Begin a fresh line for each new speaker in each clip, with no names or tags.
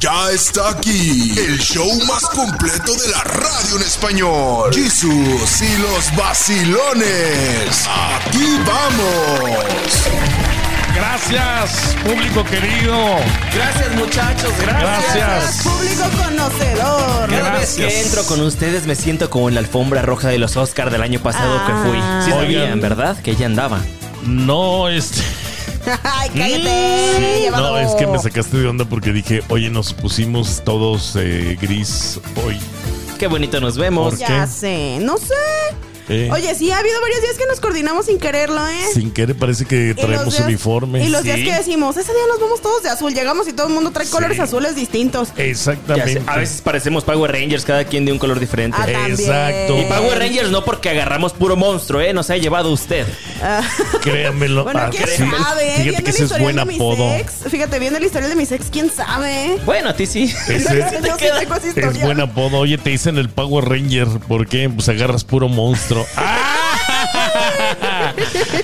Ya está aquí el show más completo de la radio en español. Jesús y los vacilones. Aquí vamos.
Gracias, público querido.
Gracias muchachos, gracias.
Gracias.
Público conocedor.
Cada vez que
Gracias.
entro con ustedes me siento como en la alfombra roja de los Oscar del año pasado que fui.
Ah.
Sí
Oigan.
sabían, ¿verdad? Que ella andaba.
No, este.
Ay, cállate.
no,
llevado.
es que me sacaste de onda porque dije, oye, nos pusimos todos eh, gris hoy.
Qué bonito nos vemos.
¿Por pues, qué?
Ya sé, no sé.
Eh,
Oye, sí, ha habido varios días que nos coordinamos sin quererlo, ¿eh?
Sin querer parece que
Y los
traemos
días-
uniformes.
Y los
Sí.
días que decimos, ese día nos vamos todos de azul. Llegamos y todo el mundo trae
Sí.
colores azules distintos.
Ya
Exactamente.
sé, a veces parecemos Power Rangers, cada quien de un color diferente.
Ah, también.
Exacto.
Y Power Rangers no porque agarramos puro monstruo, ¿eh? Nos ha llevado usted.
Créamelo.
Bueno,
ah,
quién
sí.
sabe, ¿eh?
Fíjate
viendo
que
el
ese es
historial
buen
de mis
apodo.
ex, fíjate, viendo el historial de mis ex, quién sabe.
Bueno, a ti sí.
Ese
Yo sí
queda-
tengo esa
es
historia.
buen apodo. Oye, te dicen el Power Ranger. ¿Por qué? Pues agarras puro monstruo. ¡Ah!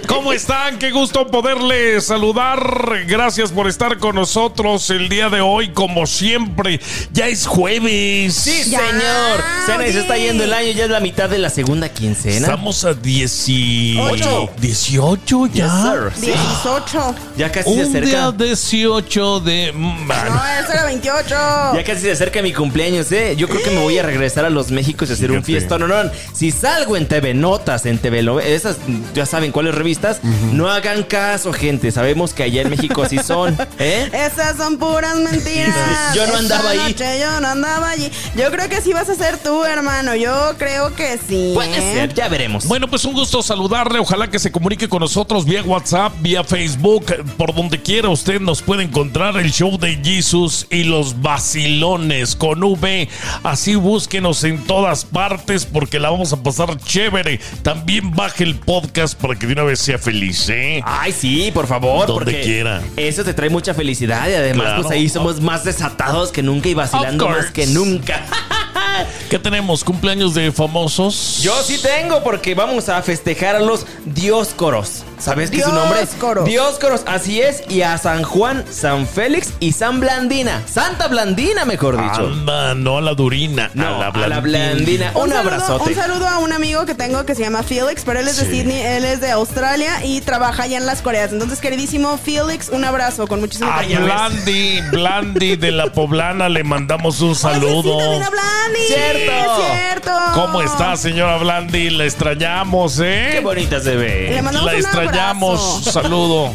¿Cómo están? Qué gusto poderles saludar. Gracias por estar con nosotros el día de hoy, como siempre. Ya es jueves.
Sí,
Ya,
señor. Se
oye.
se está yendo el año, ya es la mitad de la segunda quincena.
Estamos a 18.
Ocho.
18 ya.
Yes, sir.
18.
Ya casi se
Un
acerca.
día 18 de. Man.
No, eso era 28.
Ya casi se acerca mi cumpleaños, ¿eh? Yo creo que me voy a regresar a los Méxicos y hacer un
Fíjate.
fiestón. No, no, no. Si salgo en TV Notas, en TV Lo- esas ya saben cuáles revistas, no hagan caso, gente. Sabemos que allá en México así son, ¿eh?
Esas son puras mentiras.
Yo no andaba
Esta
ahí.
noche yo no andaba allí. Yo creo que sí vas a ser tú, hermano. Yo creo que sí.
Puede
¿eh?
ser, ya veremos.
Bueno, pues un gusto saludarle. Ojalá que se comunique con nosotros vía WhatsApp, vía Facebook, por donde quiera usted nos puede encontrar el show de Jesus y los vacilones con V. Así búsquenos en todas partes porque la vamos a pasar chévere. También baje el podcast para que de una vez sea feliz, ¿eh?
Ay, sí, por favor.
Donde
porque
quiera.
Eso te trae mucha felicidad y además,
Claro.
pues ahí somos más desatados que nunca y vacilando
Of course.
más que nunca.
¿Qué tenemos? ¿Cumpleaños de famosos?
Yo sí tengo porque vamos a festejar a los Dioscoros. ¿Sabes qué es su nombre?
Dioscoros.
Dioscoros, así es. Y a San Juan, San Félix y San Blandina. Santa Blandina, mejor dicho.
Anda, no a la durina,
No,
a la
a
blandina.
la Blandina. Un,
saludo-
abrazote.
Un saludo a un amigo que tengo que se llama Felix, pero él es de
Sí.
Sydney, él es de Australia y trabaja allá en las Coreas. Entonces, queridísimo Felix, un abrazo con
Ah,
muchísimo
A
cariño.
Blandi, Blandi de la Poblana le mandamos un
Oye, sí,
saludo.
también a Blandi.
Cierto.
Es cierto.
¿Cómo está, señora Blandi? La extrañamos,
Qué
¿eh?
bonita se
Le
ve.
mandamos
La
un
extrañamos.
abrazo.
Saludo.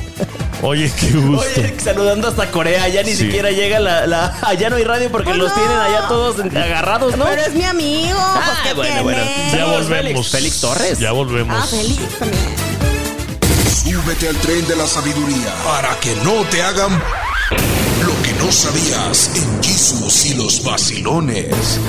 Oye, qué gusto.
Oye, saludando hasta Corea, ya ni
Sí.
siquiera llega la, la- Allá no hay radio porque
Pues
los
no.
tienen allá todos agarrados, ¿no?
Pero es mi amigo.
Ah,
pues, ¿qué
bueno,
tiene?
bueno.
ya
Saludos,
volvemos.
Félix. Félix Torres.
Ya volvemos.
Ah, Felix también.
Súbete al tren de la sabiduría para que no te hagan lo que no sabías en Jesús y los vacilones.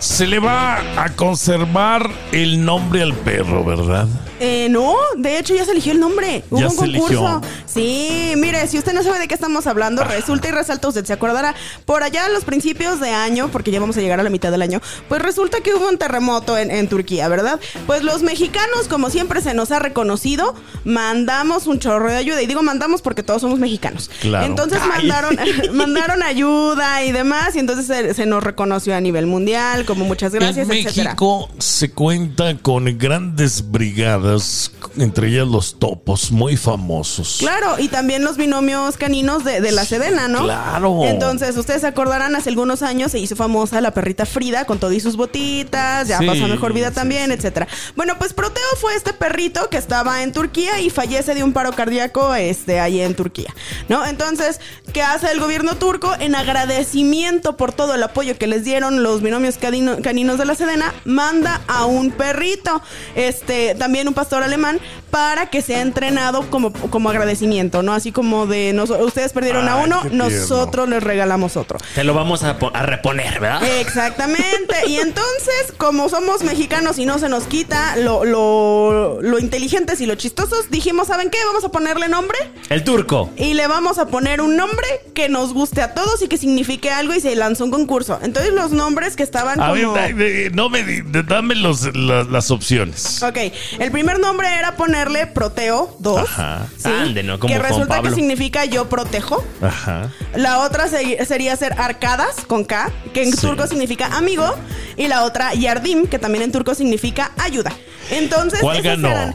Se le va a conservar el nombre al perro, ¿verdad?
Eh, no, de hecho ya se eligió el nombre. Hubo
Ya
un
se eligió.
concurso. Sí, mire, si usted no sabe de qué estamos
Ah.
hablando, resulta y resalta, usted se acordará, por allá a los principios de año, porque ya vamos a llegar a la mitad del año, pues resulta que hubo un terremoto en, en Turquía, ¿verdad? Pues los mexicanos, como siempre se nos ha reconocido, mandamos un chorro de ayuda. Y digo mandamos porque todos somos mexicanos.
Claro.
Entonces
Ay.
mandaron, mandaron ayuda y demás, y entonces se, se nos reconoció a nivel mundial, como muchas gracias,
en
etcétera.
México se cuenta con grandes brigadas, entre ellas los topos, muy famosos.
Claro, y también los binomios caninos de, de la Sedena, ¿no?
Claro.
Entonces, ustedes se acordarán, hace algunos años se hizo famosa la perrita Frida con todo y sus botitas, ya
Sí,
pasó a mejor vida
sí,
también, etcétera. Bueno, pues Proteo fue este perrito que estaba en Turquía y fallece de un paro cardíaco este, ahí en Turquía, ¿no? Entonces, ¿qué hace el gobierno turco? En agradecimiento por todo el apoyo que les dieron los binomios canino- caninos de la Sedena, manda a un perrito, este, también un pastor alemán, para que sea entrenado como, como agradecimiento, ¿no? Así como de, nos- ustedes perdieron a
Ay,
uno,
qué tierno.
nosotros les regalamos otro.
Te lo vamos a, po- a reponer, ¿verdad?
Eh. Exactamente. Y entonces, como somos mexicanos y no se nos quita lo, lo, lo inteligentes y lo chistosos, dijimos, ¿saben qué? Vamos a ponerle nombre
El turco.
y le vamos a poner un nombre que nos guste a todos y que signifique algo y se lanzó un concurso. Entonces los nombres que estaban
A ver,
como...
da- de- no me, di- de- dame los, las, las opciones.
Ok, el primer nombre era ponerle Proteo 2.
Ajá.
Ande, ¿no? Como
que
Juan
resulta que
Pablo.
significa yo protejo.
Ajá.
La otra se- sería ser arcadas con K, que en
Sí.
turco significa amigo. Y la otra yardim, que también en turco significa ayuda. Entonces,
¿Cuál
esas
ganó?
eran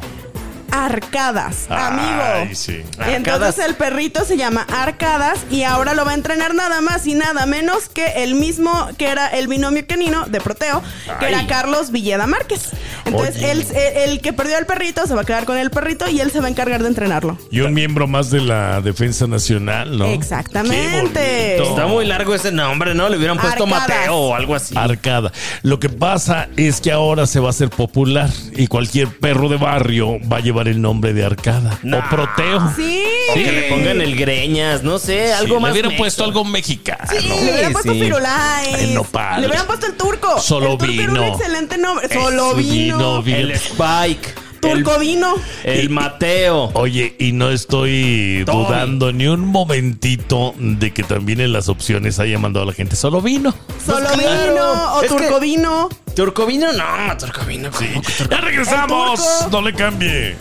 arcadas, amigo.
Ay, sí.
Arcadas.
Entonces el perrito se llama Arcadas y ahora lo va a entrenar nada más y nada menos que el mismo que era el binomio canino de Proteo, que
Ay.
era Carlos Villeda Márquez. Entonces
Oye.
él- el, el que perdió al perrito se va a quedar con el perrito y él se va a encargar de entrenarlo.
Y un miembro más de la Defensa Nacional, ¿no?
Exactamente.
Qué bonito.
Está muy largo ese nombre, ¿no? Le hubieran puesto
Arcadas.
Mateo o algo así.
Arcada. Lo que pasa es que ahora se va a hacer popular y cualquier perro de barrio va a llevar el nombre de Arcada
Nah.
o Proteo.
Sí.
O que le pongan el greñas, no sé, algo
Sí,
más.
Le hubieran
mexa.
puesto algo mexicano.
Sí, le hubieran puesto
sí.
Firulais.
El nopal.
Le hubieran puesto el turco.
Solo
el turco Era
vino.
un excelente nombre. Solo vino.
vino,
El Spike.
Turco
el-
vino.
El, Mateo.
Oye, y no estoy
Tommy.
dudando ni un momentito de que también en las opciones haya mandado a la gente solo vino.
Solo
Pues claro.
vino. O
Es que-
turco vino.
Turcovino, no, Turcovino. Sí.
Ya regresamos.
El turco.
No le cambie.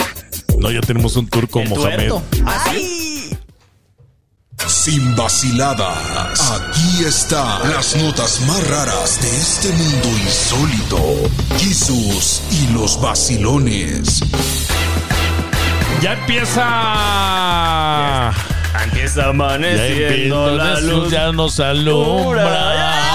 No, ya tenemos un turco
El
Mohamed.
tuerto.
Ay.
Sin vaciladas, aquí están las notas más raras de este mundo insólito. Jesús y los vacilones.
Ya empieza.
Empieza
Ya
amaneciendo
empieza
la luz.
ya nos alumbra.
Ay.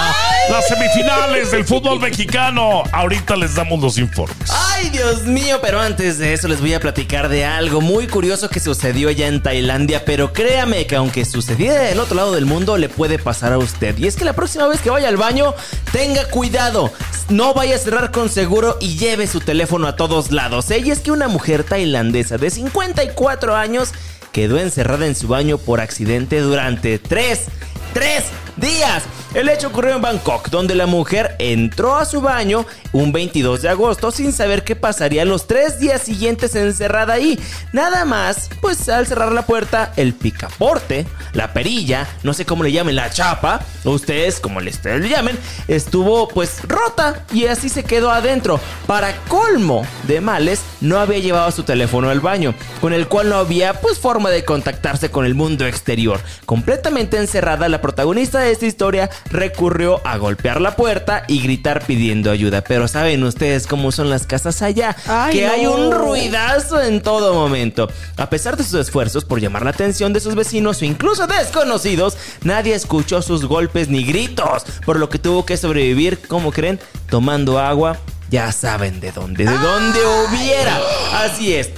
Las semifinales del fútbol mexicano. Ahorita les damos los informes.
Ay, Dios mío, pero antes de eso les voy a platicar de algo muy curioso que sucedió allá en Tailandia, pero créame que aunque sucediera del otro lado del mundo, le puede pasar a usted. Y es que la próxima vez que vaya al baño, tenga cuidado, no vaya a cerrar con seguro y lleve su teléfono a todos lados. ¿eh? Y es que una mujer tailandesa de 54 años quedó encerrada en su baño por accidente durante tres tres días. El hecho ocurrió en Bangkok, donde la mujer entró a su baño un 22 de agosto sin saber que pasaría los tres días siguientes encerrada ahí. Nada más, pues al cerrar la puerta, el picaporte, la perilla, no sé cómo le llamen, la chapa, ustedes como le ustedes le llamen, estuvo pues rota y así se quedó adentro. Para colmo de males, no había llevado su teléfono al baño, con el cual no había pues forma de contactarse con el mundo exterior. Completamente encerrada, la protagonista de esta historia recurrió a golpear la puerta y gritar pidiendo ayuda. Pero saben ustedes cómo son las casas allá,
Ay,
que
no.
hay un ruidazo en todo momento. A pesar de sus esfuerzos por llamar la atención de sus vecinos o incluso desconocidos, nadie escuchó sus golpes ni gritos, por lo que tuvo que sobrevivir, como creen, tomando agua. Ya saben de dónde, de dónde hubiera. Así es.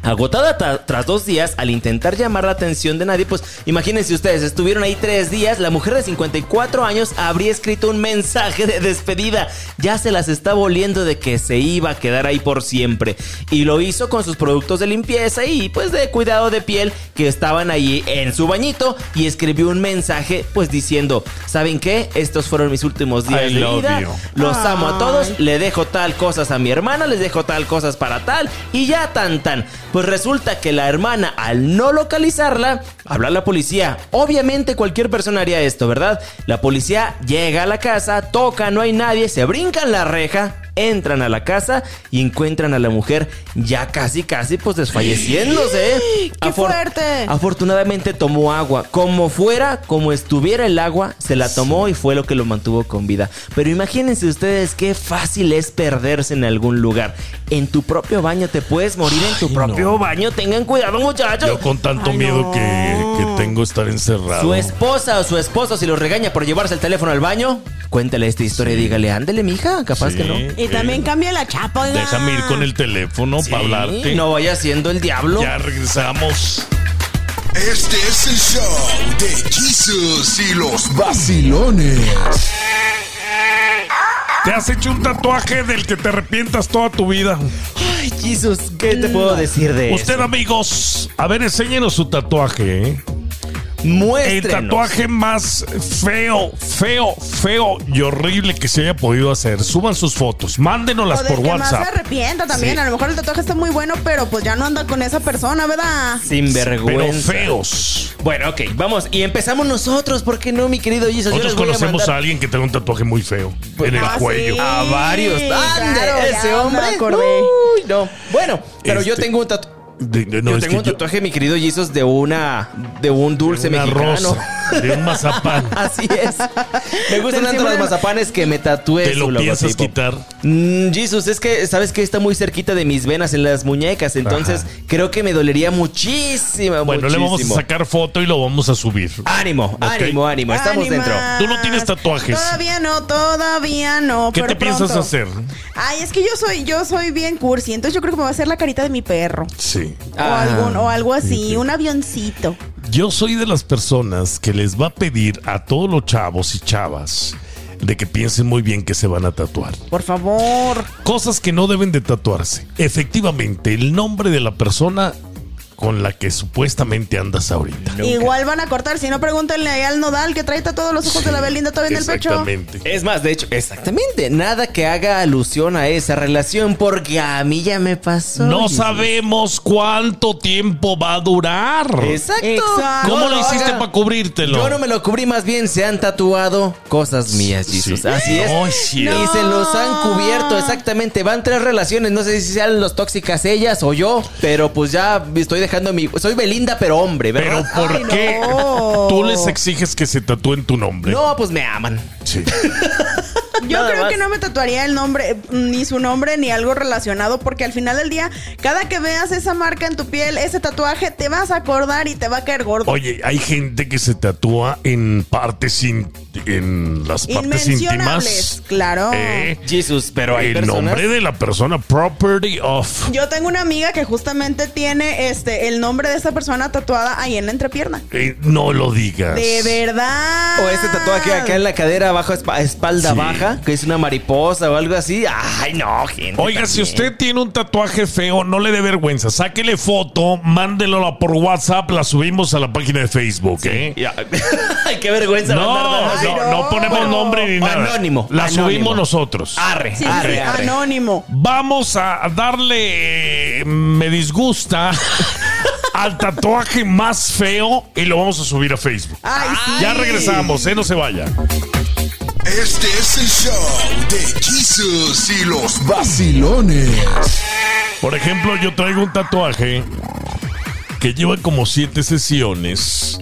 Agotada tra- tras dos días, al intentar llamar la atención de nadie, pues imagínense ustedes, estuvieron ahí tres días, la mujer de 54 años habría escrito un mensaje de despedida, ya se las estaba oliendo de que se iba a quedar ahí por siempre, y lo hizo con sus productos de limpieza y pues de cuidado de piel que estaban ahí en su bañito y escribió un mensaje pues diciendo, ¿saben qué? Estos fueron mis últimos días
I
de
love
vida,
you."
los amo a
Ay.
todos, le dejo tal cosas a mi hermana, les dejo tal cosas para tal y ya tan tan. Pues resulta que la hermana al no localizarla, habla a la policía. Obviamente cualquier persona haría esto, ¿verdad? La policía llega a la casa, toca, no hay nadie, se brincan la reja, entran a la casa y encuentran a la mujer ya casi casi pues desfalleciéndose. ¿eh?
¡Qué fuerte!
Afortunadamente tomó agua. Como fuera, como estuviera el agua, se la tomó y fue lo que lo mantuvo con vida. Pero imagínense ustedes qué fácil es perderse en algún lugar. En tu propio baño te puedes morir en tu
Ay,
propio
no.
baño. Tengan cuidado, muchachos.
Yo con tanto
Ay,
miedo
no.
que, que tengo estar encerrado.
Su esposa o su esposo, si los regaña por llevarse el teléfono al baño, cuéntale esta historia y dígale, ándele, mija, capaz
Sí,
que no.
Y
eh,
también cambia la chapa. oiga.
Déjame ir con el teléfono para hablarte.
Sí, No vaya siendo el diablo.
Ya regresamos.
Este es el show de Jesús y los vacilones.
¿Te has hecho un tatuaje del que te arrepientas toda tu vida?
Ay, Jesús, ¿qué te puedo decir de
Usted, amigos, a ver, enséñenos su tatuaje. ¿eh? El
Muéstrenos.
tatuaje más feo, feo, feo y horrible que se haya podido hacer. Suban sus fotos, mándenoslas
O del
por
que más se
WhatsApp.
arrepienta también.
Sí.
A lo mejor el tatuaje está muy bueno, pero pues ya no anda con esa persona, ¿verdad?
Sin
Pero
vergüenza.
feos.
Bueno, ok, vamos. Y empezamos nosotros, ¿por qué no, mi querido Jesus? Yo les
Nosotros
voy a
conocemos a,
mandar
alguien que tiene un tatuaje muy feo en el
Ah, sí.
cuello.
a varios.
Sí,
¡Ande!
claro, ya
ese
me
hombre.
acordé.
Uy, no. Bueno, pero yo
Este-
tengo un tatuaje.
De- de- no,
yo
es
tengo
que
un tatuaje, mi querido Jesus, de una de un dulce
una
mexicano.
rosa, de un mazapán.
Así es. Me gustan tanto
Sensible-
los mazapanes que me tatué
¿Te lo
su
piensas
logotipo.
quitar?
Mm, Jesus, es que sabes que está muy cerquita de mis venas en las muñecas, entonces
Ajá.
creo que me dolería muchísimo.
Bueno, le vamos a
muchísimo. Ah,
sacar foto y lo vamos a subir.
Ánimo, ánimo, ánimo. Estamos
Ánimas.
dentro.
Tú no tienes tatuajes.
Todavía no, todavía no.
¿Qué
pero
te piensas
pronto.
hacer?
Ay, es que yo soy, yo soy bien cursi, entonces yo creo que me va a hacer la carita de mi perro.
Sí.
Ah.
O, algún, o algo así, un avioncito.
Yo soy de las personas que les va a pedir a todos los chavos y chavas de que piensen muy bien que se van a tatuar.
Por favor.
Cosas que no deben de tatuarse. Efectivamente, el nombre de la persona con la que supuestamente andas ahorita.
Igual van a cortar, si no pregúntenle ahí al nodal que trae todos los ojos de Pues la Belinda todavía en el pecho.
Exactamente.
Es más, de hecho, exactamente, nada que haga alusión a esa relación porque a mí ya me pasó.
No
Jesus.
sabemos cuánto tiempo va a durar.
Exacto.
Exacto.
¿Cómo
No
lo hiciste
hagan.
para cubrírtelo?
Yo no me lo cubrí, más bien se han tatuado cosas mías,
Sí.
Jesus. Así es.
No, es cierto.
Y se los han cubierto, exactamente. Van tres relaciones, no sé si sean los tóxicas ellas o yo, pero pues ya estoy dejando mi... Soy Belinda, pero hombre,
Pero
¿verdad?
¿por
Ay,
qué
no.
tú les exiges que se tatúen tu nombre?
No, pues me aman.
Sí.
Yo
Nada
creo
más.
que no me tatuaría el nombre, eh, ni su nombre, ni algo relacionado, porque al final del día, cada que veas esa marca en tu piel, ese tatuaje, te vas a acordar y te va a caer gordo.
Oye, hay gente que se tatúa en partes in- en las partes
Inmencionables,
íntimas.
claro.
Eh,
Jesus, pero hay
el
personas...
nombre de la persona, property of.
Yo tengo una amiga que justamente tiene este el nombre de esa persona tatuada ahí en la entrepierna.
Eh, no lo digas.
De verdad.
O este tatuaje acá en la cadera, abajo, espa- espalda
Sí.
baja, que es una mariposa o algo así. Ay, no, gente.
Oiga, si
también.
usted tiene un tatuaje feo, no le dé vergüenza. Sáquele foto, mándelo por WhatsApp, la subimos a la página de Facebook, ¿eh?
Ya. Ay, qué vergüenza.
No,
mandar
no,
damas.
Ay, no.
no ponemos
Bueno,
nombre ni nada.
anónimo,
La
anónimo.
subimos nosotros.
Arre,
Sí, sí,
arre,
sí, Ah,
arre.
anónimo.
Vamos a darle eh, me disgusta al tatuaje más feo y lo vamos a subir a Facebook.
Ay, sí.
Ya regresamos, eh, no se vaya.
Este es el show de Jesus y los vacilones.
Por ejemplo, yo traigo un tatuaje que lleva como siete sesiones,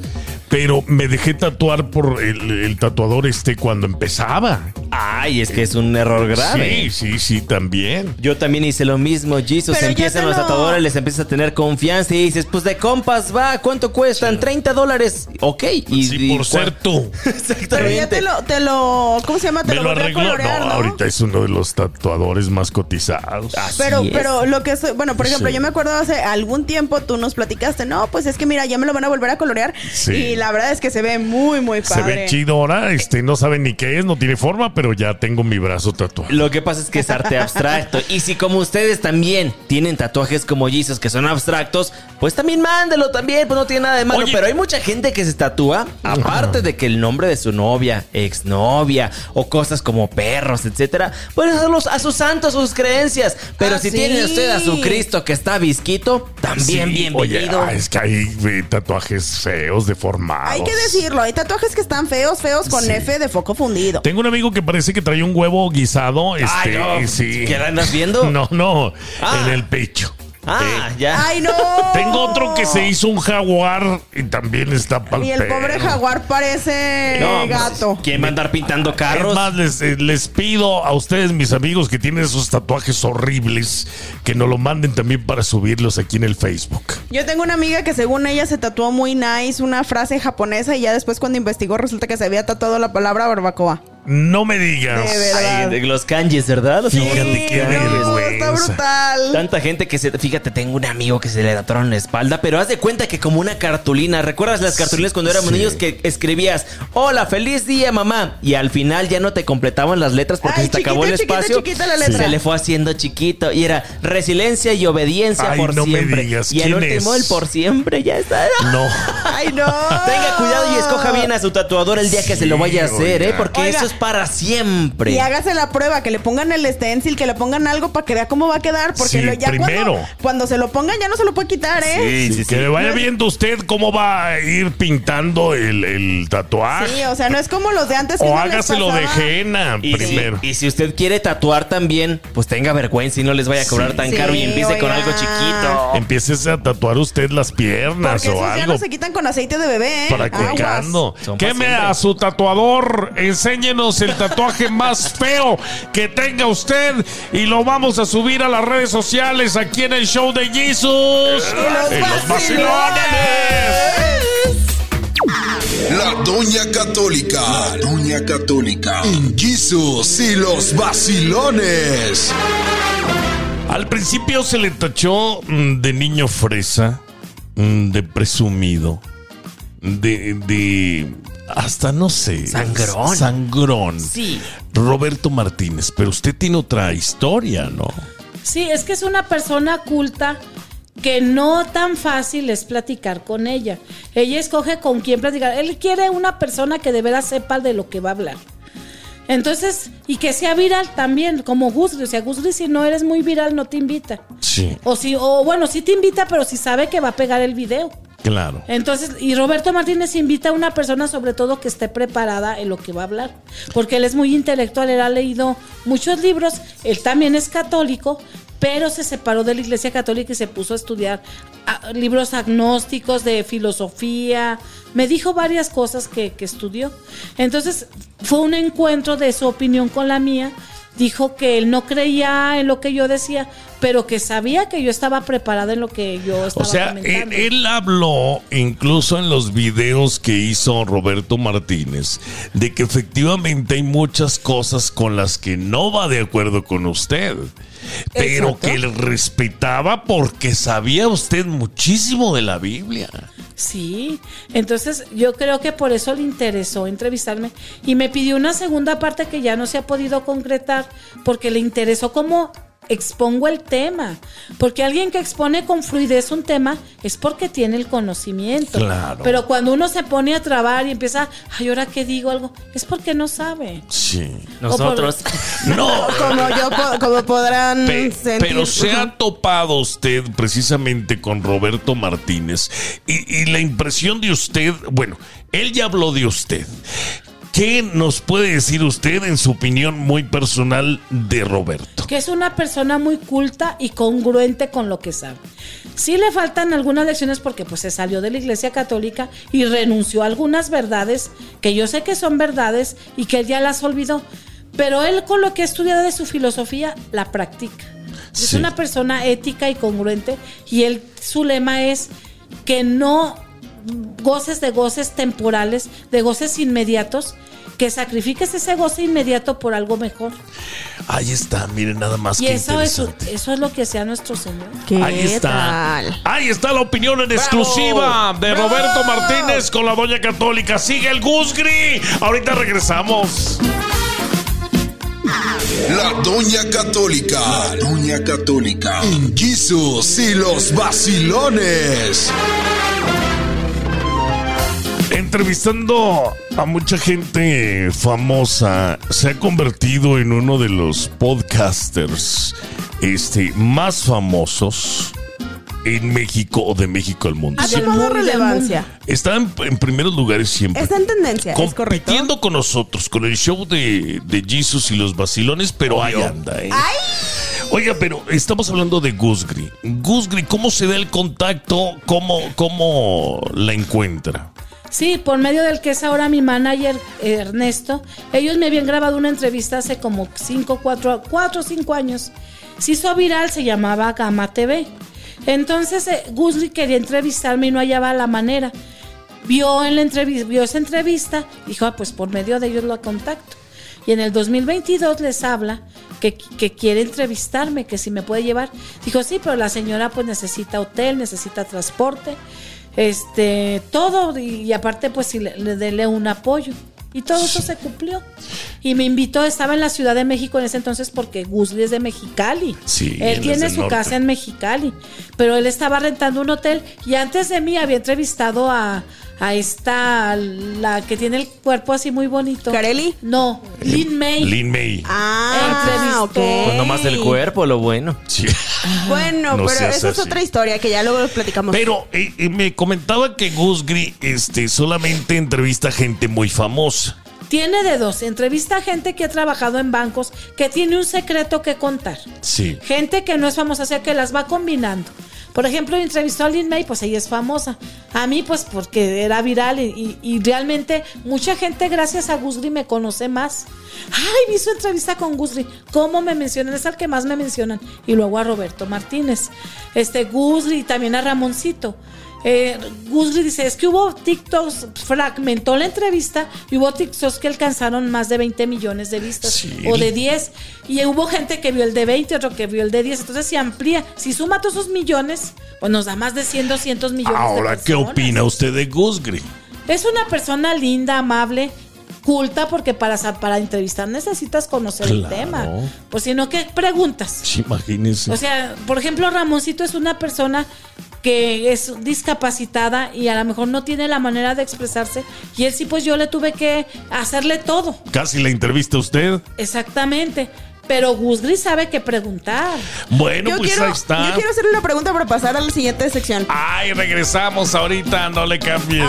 pero me dejé tatuar por el, el tatuador este cuando empezaba.
Ay, es que es un error grave.
Sí, sí, sí, también.
Yo también hice lo mismo, Jesus.
Pero ya
empiezan
te
los
lo-
tatuadores, les empiezas a tener confianza y dices, pues de compas va, ¿cuánto cuestan? 30 dólares. Ok. Y,
Sí,
y
por
cua-
ser tú.
Pero ya te
Exactamente.
lo, te lo, ¿cómo se llama?
Me
Te
lo
volvió a
arregló.
colorear,
no,
¿no?
ahorita es uno de los tatuadores más cotizados.
Pero,
Así es.
pero lo que soy, bueno, por ejemplo,
Sí.
yo me acuerdo hace algún tiempo tú nos platicaste, no, pues es que mira, ya me lo van a volver a colorear.
Sí.
Y la verdad es que se ve muy, muy
Se
padre.
ve chido ahora, este, no sabe ni qué es, no tiene forma, pero ya tengo mi brazo tatuado.
Lo que pasa es que es arte abstracto. Y si como ustedes también tienen tatuajes como Jesus que son abstractos, pues también mándelo también, pues no tiene nada de malo.
Oye.
Pero hay mucha gente que se tatúa, aparte de que el nombre de su novia, exnovia, o cosas como perros, etcétera, pues a, los- a sus santos, sus creencias. Pero
Ah,
si
sí.
tiene usted a su Cristo que está visquito, también
Sí,
bienvenido.
Oye, ah, es que hay eh, tatuajes feos, deformados.
Hay que decirlo, hay tatuajes que están feos, feos con
Sí.
F de foco fundido.
Tengo un amigo que parece que trae un huevo guisado. Este,
Ay, no.
sí.
¿Qué la andas viendo?
No, no,
Ah.
en el pecho.
Ah, ya.
¡Ay, no!
Tengo otro que se hizo un jaguar y también está pal
Y el pobre
perro.
jaguar parece
No, pues,
gato.
¿Quién va a andar pintando carros?
Es más, les, eh, les pido a ustedes, mis amigos, que tienen esos tatuajes horribles, que nos lo manden también para subirlos aquí en el Facebook.
Yo tengo una amiga que según ella se tatuó muy nice una frase japonesa y ya después cuando investigó resulta que se había tatuado la palabra barbacoa.
No me
De
digas.
verdad.
Ay, de los kanjis, ¿verdad? Los
Fíjate
famosos
qué
no,
kanjis.
está
vergüenza.
brutal.
Tanta gente que se. Fíjate, tengo un amigo que se le atoraron la espalda, pero haz de cuenta que como una cartulina. ¿Recuerdas las cartulinas cuando éramos niños que escribías: Hola, feliz día, mamá? Y al final ya no te completaban las letras porque
Ay,
se te acabó el
chiquito, chiquito,
espacio.
chiquita la letra.
Se le fue haciendo chiquito y era resiliencia y obediencia
Ay,
por
no me
siempre.
digas,
y al
¿quién
último,
es?
el por siempre ya está.
No.
Ay, no.
Tenga cuidado y escoja bien a su tatuador el día que se lo vaya a hacer,
oiga.
¿eh? Porque
Oiga.
eso es para siempre.
Y hágase la prueba, que le pongan el stencil, que le pongan algo para que vea cómo va a quedar. Porque
Sí,
lo- ya
primero.
Cuando, cuando se lo pongan, ya no se lo puede quitar, ¿eh?
Sí, que le vaya viendo usted cómo va a ir pintando el, el tatuaje.
Sí, o sea, no es como los de antes.
Ah.
que
o
uno les
hágaselo de
pasaba-
henna
Y si,
primero.
y si usted quiere tatuar también, pues tenga vergüenza y no les vaya a cobrar tan
Sí,
caro y empiece con
oiga.
algo chiquito.
Empieces a tatuar usted las piernas
Porque esos
o
ya
algo.
no se quitan con aceite de bebé. ¿eh?
Practicando.
Aguas.
Son pa'
Queme
siempre.
a su tatuador. Enséñenos el tatuaje más feo que tenga usted. Y lo vamos a subir a las redes sociales aquí en el show de Jesus.
Y
En
los
Eh, los
vacilones.
vacilones.
La Doña Católica. La Doña Católica. En Jesus y los vacilones.
Al principio se le tachó mm, de niño fresa, mm, de presumido, de, de hasta no sé.
Sangrón.
Sangrón.
Sí.
Roberto Martínez, pero usted tiene otra historia, ¿no?
Sí, es que es una persona culta que no tan fácil es platicar con ella. Ella escoge con quién platicar. Él quiere una persona que de veras sepa de lo que va a hablar. Entonces, y que sea viral también, como Guzri. O sea, Guzri, si no eres muy viral, no te invita.
Sí,
O, si, o bueno, sí te invita, pero si sabe que va a pegar el video.
claro.
Entonces, y Roberto Martínez invita a una persona sobre todo que esté preparada en lo que va a hablar, porque él es muy intelectual, él ha leído muchos libros, él también es católico, pero se separó de la Iglesia Católica y se puso a estudiar ah, libros agnósticos de filosofía, me dijo varias cosas que, que estudió. Entonces, fue un encuentro de su opinión con la mía. Dijo que él no creía en lo que yo decía, pero que sabía que yo estaba preparada en lo que yo
O
estaba
sea, e- él,
comentando.
él habló incluso en los videos que hizo Roberto Martínez de que efectivamente hay muchas cosas con las que no va de acuerdo con usted, pero
Exacto.
que le respetaba porque sabía usted muchísimo de la Biblia.
Sí, entonces yo creo que por eso le interesó entrevistarme y me pidió una segunda parte que ya no se ha podido concretar porque le interesó cómo expongo el tema. Porque alguien que expone con fluidez un tema es porque tiene el conocimiento.
Claro.
Pero cuando uno se pone a trabar y empieza, ay, ahora qué digo algo, es porque no sabe.
Sí.
Nosotros.
No.
Como yo, co- como podrán
Pe-
Mm, sentir.
pero se ha topado usted precisamente con Roberto Martínez y, y la impresión de usted, bueno, él ya habló de usted. ¿Qué nos puede decir usted en su opinión muy personal de Roberto?
Que es una persona muy culta y congruente con lo que sabe. Sí le faltan algunas lecciones porque pues se salió de la iglesia católica y renunció a algunas verdades que yo sé que son verdades y que él ya las olvidó. Pero él con lo que ha estudiado de su filosofía la practica. Es
Sí.
una persona ética y congruente y él su lema es que no goces de goces temporales, de goces inmediatos, que sacrifiques ese goce inmediato por algo mejor.
Ahí está, miren nada más
Y
que
eso es,
interesante.
eso es lo que sea nuestro Señor.
¿Qué
Ahí está.
tal?
Ahí está la opinión en exclusiva de
¡Bravo!
Roberto Martínez con la Doña Católica. Sigue el Gusgri. Ahorita regresamos.
La Doña Católica. La Doña Católica. En Jesus y los vacilones.
Entrevistando a mucha gente famosa, se ha convertido en uno de los podcasters este, más famosos en México o de México al mundo.
Ah,
Ha
del
Sí,
mundo,
tomado
del
relevancia.
Está en, en primeros lugares siempre.
Está en tendencia, es correcto.
compitiendo con nosotros, con el show de, de Jesus y los vacilones, pero ahí anda, ¿eh? Oiga, pero estamos hablando de Gusgri. Gusgri, ¿cómo se da el contacto? ¿Cómo, cómo la encuentra?
Sí, por medio del que es ahora mi manager, eh, Ernesto. Ellos me habían grabado una entrevista hace como 5, 4, 4 o 5 años. Se hizo viral, se llamaba Gama TV. Entonces, eh, Guzli quería entrevistarme y no hallaba la manera. Vio, en la entrevista, vio esa entrevista, dijo, ah, pues por medio de ellos lo contacto. Y en el 2022 les habla que, que quiere entrevistarme, que si me puede llevar. Dijo, sí, pero la señora pues necesita hotel, necesita transporte, este, todo. Y, y aparte pues si le, le dele un apoyo. Y todo eso se cumplió. Y me invitó, estaba en la Ciudad de México en ese entonces porque Guzli es de Mexicali.
Sí, él es
él tiene
del
su
norte.
casa en Mexicali, pero él estaba rentando un hotel y antes de mí había entrevistado a, a esta, la que tiene el cuerpo así muy bonito.
¿Carelli?
No, Lin May.
Lin May.
Ah, ok.
Entrevistó.
Pues nomás el cuerpo, lo bueno.
Sí.
Bueno,
No
pero
seas
esa es
así.
otra historia que ya luego platicamos.
Pero eh, eh, me comentaba que Gusgri este, solamente entrevista gente muy famosa.
Tiene de dos. Entrevista a gente que ha trabajado en bancos, que tiene un secreto que contar.
Sí.
Gente que no es famosa, o sea que las va combinando. Por ejemplo, entrevistó a Lin May, pues ella es famosa. A mí, pues porque era viral y, y- y realmente mucha gente, gracias a Gusri, me conoce más. Ay, vi su entrevista con Gusri. ¿Cómo me mencionan? Es al que más me mencionan. Y luego a Roberto Martínez. Este Gusri, también a Ramoncito. Eh, Guzri dice, es que hubo TikToks, fragmentó la entrevista y hubo TikToks que alcanzaron más de 20 millones de vistas
Sí.
o de 10 y hubo gente que vio el de 20, otro que vio el de 10, entonces si amplía, si suma todos esos millones, pues nos da más de 100, 200 millones. de
Ahora, ¿qué
personas.
opina usted de Gusgri?
Es una persona linda, amable, culta, porque para, sa- para entrevistar necesitas conocer el
Claro.
tema. Pues si no, ¿qué preguntas?
Sí, imagínese.
O sea, por ejemplo, Ramoncito es una persona que es discapacitada y a lo mejor no tiene la manera de expresarse. Y él sí, pues yo le tuve que hacerle todo.
Casi la entrevista a usted.
Exactamente. Pero Gusgri sabe qué preguntar.
Bueno,
yo,
pues
quiero,
ahí está. Ah,
yo quiero hacerle una pregunta para pasar a la siguiente sección.
Ay, regresamos ahorita, no le cambies.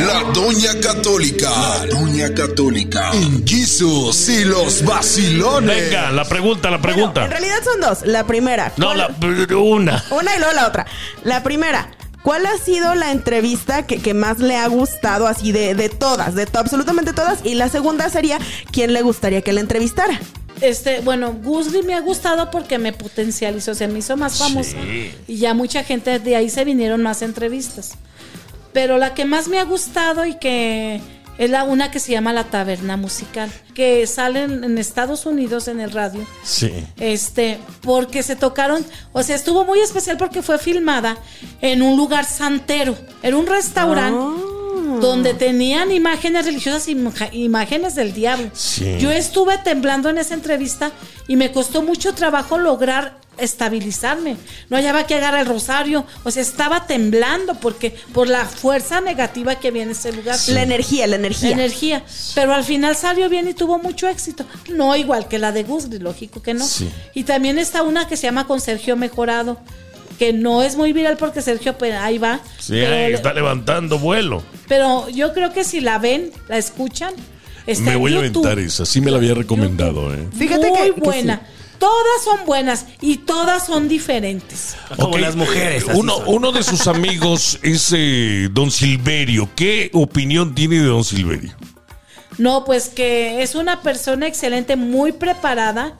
La Doña Católica. La Doña Católica. En Jesus y los vacilones.
Venga, la pregunta, la pregunta.
Bueno, en realidad son dos. La primera.
no,
¿cuál-
la pr- una.
Una y luego la otra. La primera. ¿Cuál ha sido la entrevista que, que más le ha gustado así de, de todas, de to- absolutamente todas? Y la segunda sería, ¿quién le gustaría que la entrevistara?
Este, bueno, Gusgri me ha gustado porque me potencializó, se me hizo más famosa.
Sí.
Y ya mucha gente de ahí se vinieron más entrevistas. Pero la que más me ha gustado y que es la una que se llama La Taberna Musical, que salen en Estados Unidos en el radio.
Sí.
Este, porque se tocaron, o sea, estuvo muy especial porque fue filmada en un lugar santero, en un restaurante donde
Mm.
tenían imágenes religiosas y ima- imágenes del diablo.
Sí.
Yo estuve temblando en esa entrevista y me costó mucho trabajo lograr estabilizarme. No hallaba que agarrar el rosario, o sea, estaba temblando porque por la fuerza negativa que había en ese lugar.
La energía, la energía.
Energía. Pero al final salió bien y tuvo mucho éxito. No igual que la de Guzli, lógico que no.
Sí.
Y también está una que se llama Con Sergio Mejorado, que no es muy viral porque Sergio, pues, ahí va.
Sí,
pero,
ahí está levantando vuelo.
pero yo creo que si la ven, la escuchan, está
me
en
voy a
YouTube.
aventar esa. Sí me la había recomendado, ¿eh?
Fíjate
muy
que- que
buena. Todas son buenas y todas son diferentes.
Como
Ok.
las mujeres. así
Uno,
son.
uno de sus amigos es eh, Don Silverio. ¿Qué opinión tiene de Don Silverio?
No, pues que es una persona excelente, muy preparada.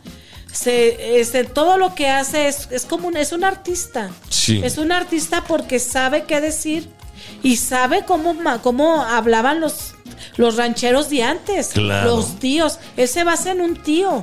Se, este, todo lo que hace es, es como un, es un artista.
Sí.
Es un artista porque sabe qué decir y sabe cómo, ma- cómo hablaban los, los rancheros de antes,
Claro.
los tíos. Él se basa en un tío,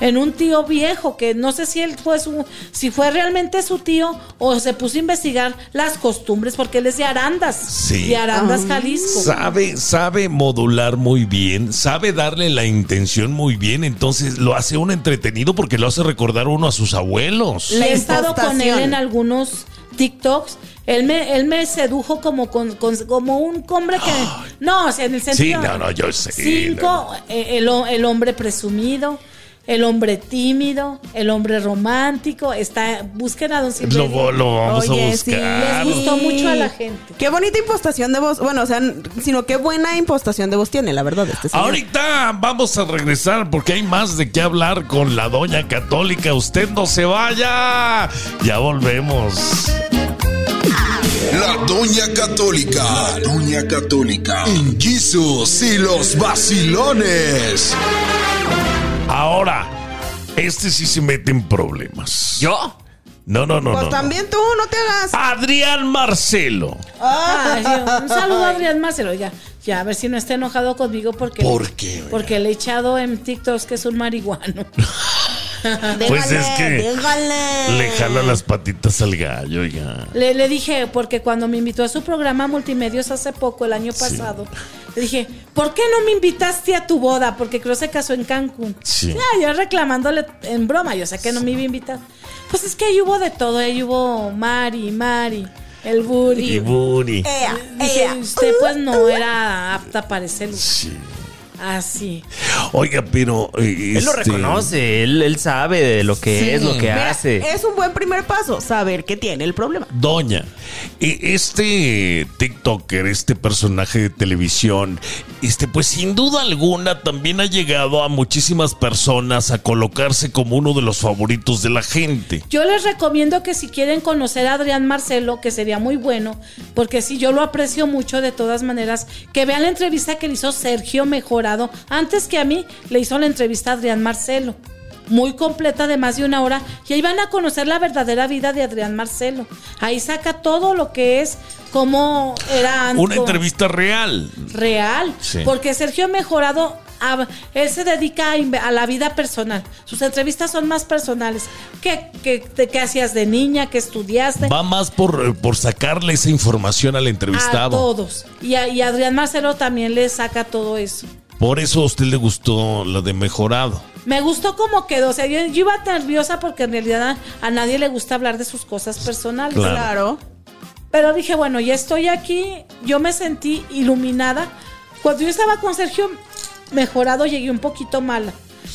en un tío viejo que no sé si él fue su, si fue realmente su tío o se puso a investigar las costumbres porque él es de Arandas,
Sí.
de Arandas, Jalisco.
Sabe, sabe modular muy bien, sabe darle la intención muy bien, entonces lo hace un entretenido porque lo hace recordar uno a sus abuelos.
Y
La
he estado con él
impostación.
en algunos TikToks. Él me, él me sedujo como, con, con- como un hombre que. No, o sea, en el
Sí,
sentido.
no, no, yo sé.
Cinco, eh, el, ho- el hombre presumido, el hombre tímido, el hombre romántico. Está, busquen a Don Silverio.
Lo, lo vamos a
Oye, sí,
buscar.
les gustó mucho a la gente.
Qué bonita impostación de voz. Bueno, o sea, n- sino qué buena impostación de voz tiene, la verdad, este señor.
Ahorita vamos a regresar porque hay más de qué hablar con la doña católica. Usted no se vaya. Ya volvemos.
La Doña Católica. La Doña Católica. En Jesus y los vacilones.
Ahora, este sí se mete en problemas.
¿Yo?
No, no, no,
Pues
no, Ah. no.
también tú, no te hagas. Ah,
Adrián Marcelo.
Ay, Dios. un saludo a Adrián Marcelo. Oiga, Ya, a ver si no está enojado conmigo porque.
¿Por qué, güey?
Porque le he echado en TikToks que es un marihuano. Ah,
Pues es que
déjale.
Le jala las patitas al gallo, oiga.
Le, le dije, porque cuando me invitó a su programa Multimedios hace poco, el año pasado, le dije, ¿por qué no me invitaste a tu boda? Porque creo se casó en Cancún.
Sí.
Ya, yo reclamándole en broma, yo sé que no me iba a invitar. Pues es que ahí hubo de todo, ahí hubo Mari, Mari, el
Y
Buri.
Buri.
Ea,
Dije,
ea.
usted pues no era apta para ese lugar. Ah,
Sí.
Así.
Oiga, pero. eh, este, Él
Él lo reconoce, él, él sabe de lo que
Sí.
es, lo que
Mira,
hace.
Es un buen primer paso, saber que tiene el problema.
Doña, e- este TikToker, este personaje de televisión, este, pues sin duda alguna también ha llegado a muchísimas personas a colocarse como uno de los favoritos de la gente.
Yo les recomiendo que si quieren conocer a Adrián Marcelo, que sería muy bueno, porque sí, yo lo aprecio mucho de todas maneras, que vean la entrevista que le hizo Sergio Mejorado. Antes que a mí, le hizo la entrevista a Adrián Marcelo. Muy completa de más de una hora. Y ahí van a conocer la verdadera vida de Adrián Marcelo. Ahí saca todo lo que es, cómo era antes.
Una entrevista real.
real.
Sí.
Porque Sergio Mejorado, a- él se dedica a, inve- a la vida personal. Sus entrevistas son más personales. ¿Qué, qué, te- qué hacías de niña? ¿Qué estudiaste?
Va más por, eh, por sacarle esa información al
a
entrevistado.
todos. Y, a- y Adrián Marcelo también le saca todo eso.
Por eso a usted le gustó la de mejorado.
Me gustó cómo quedó. O sea, yo, yo iba nerviosa porque en realidad a, a nadie le gusta hablar de sus cosas personales.
Claro.
Claro.
Pero dije, bueno, ya estoy aquí. Yo me sentí iluminada. Cuando yo estaba con Sergio mejorado, llegué un poquito mala.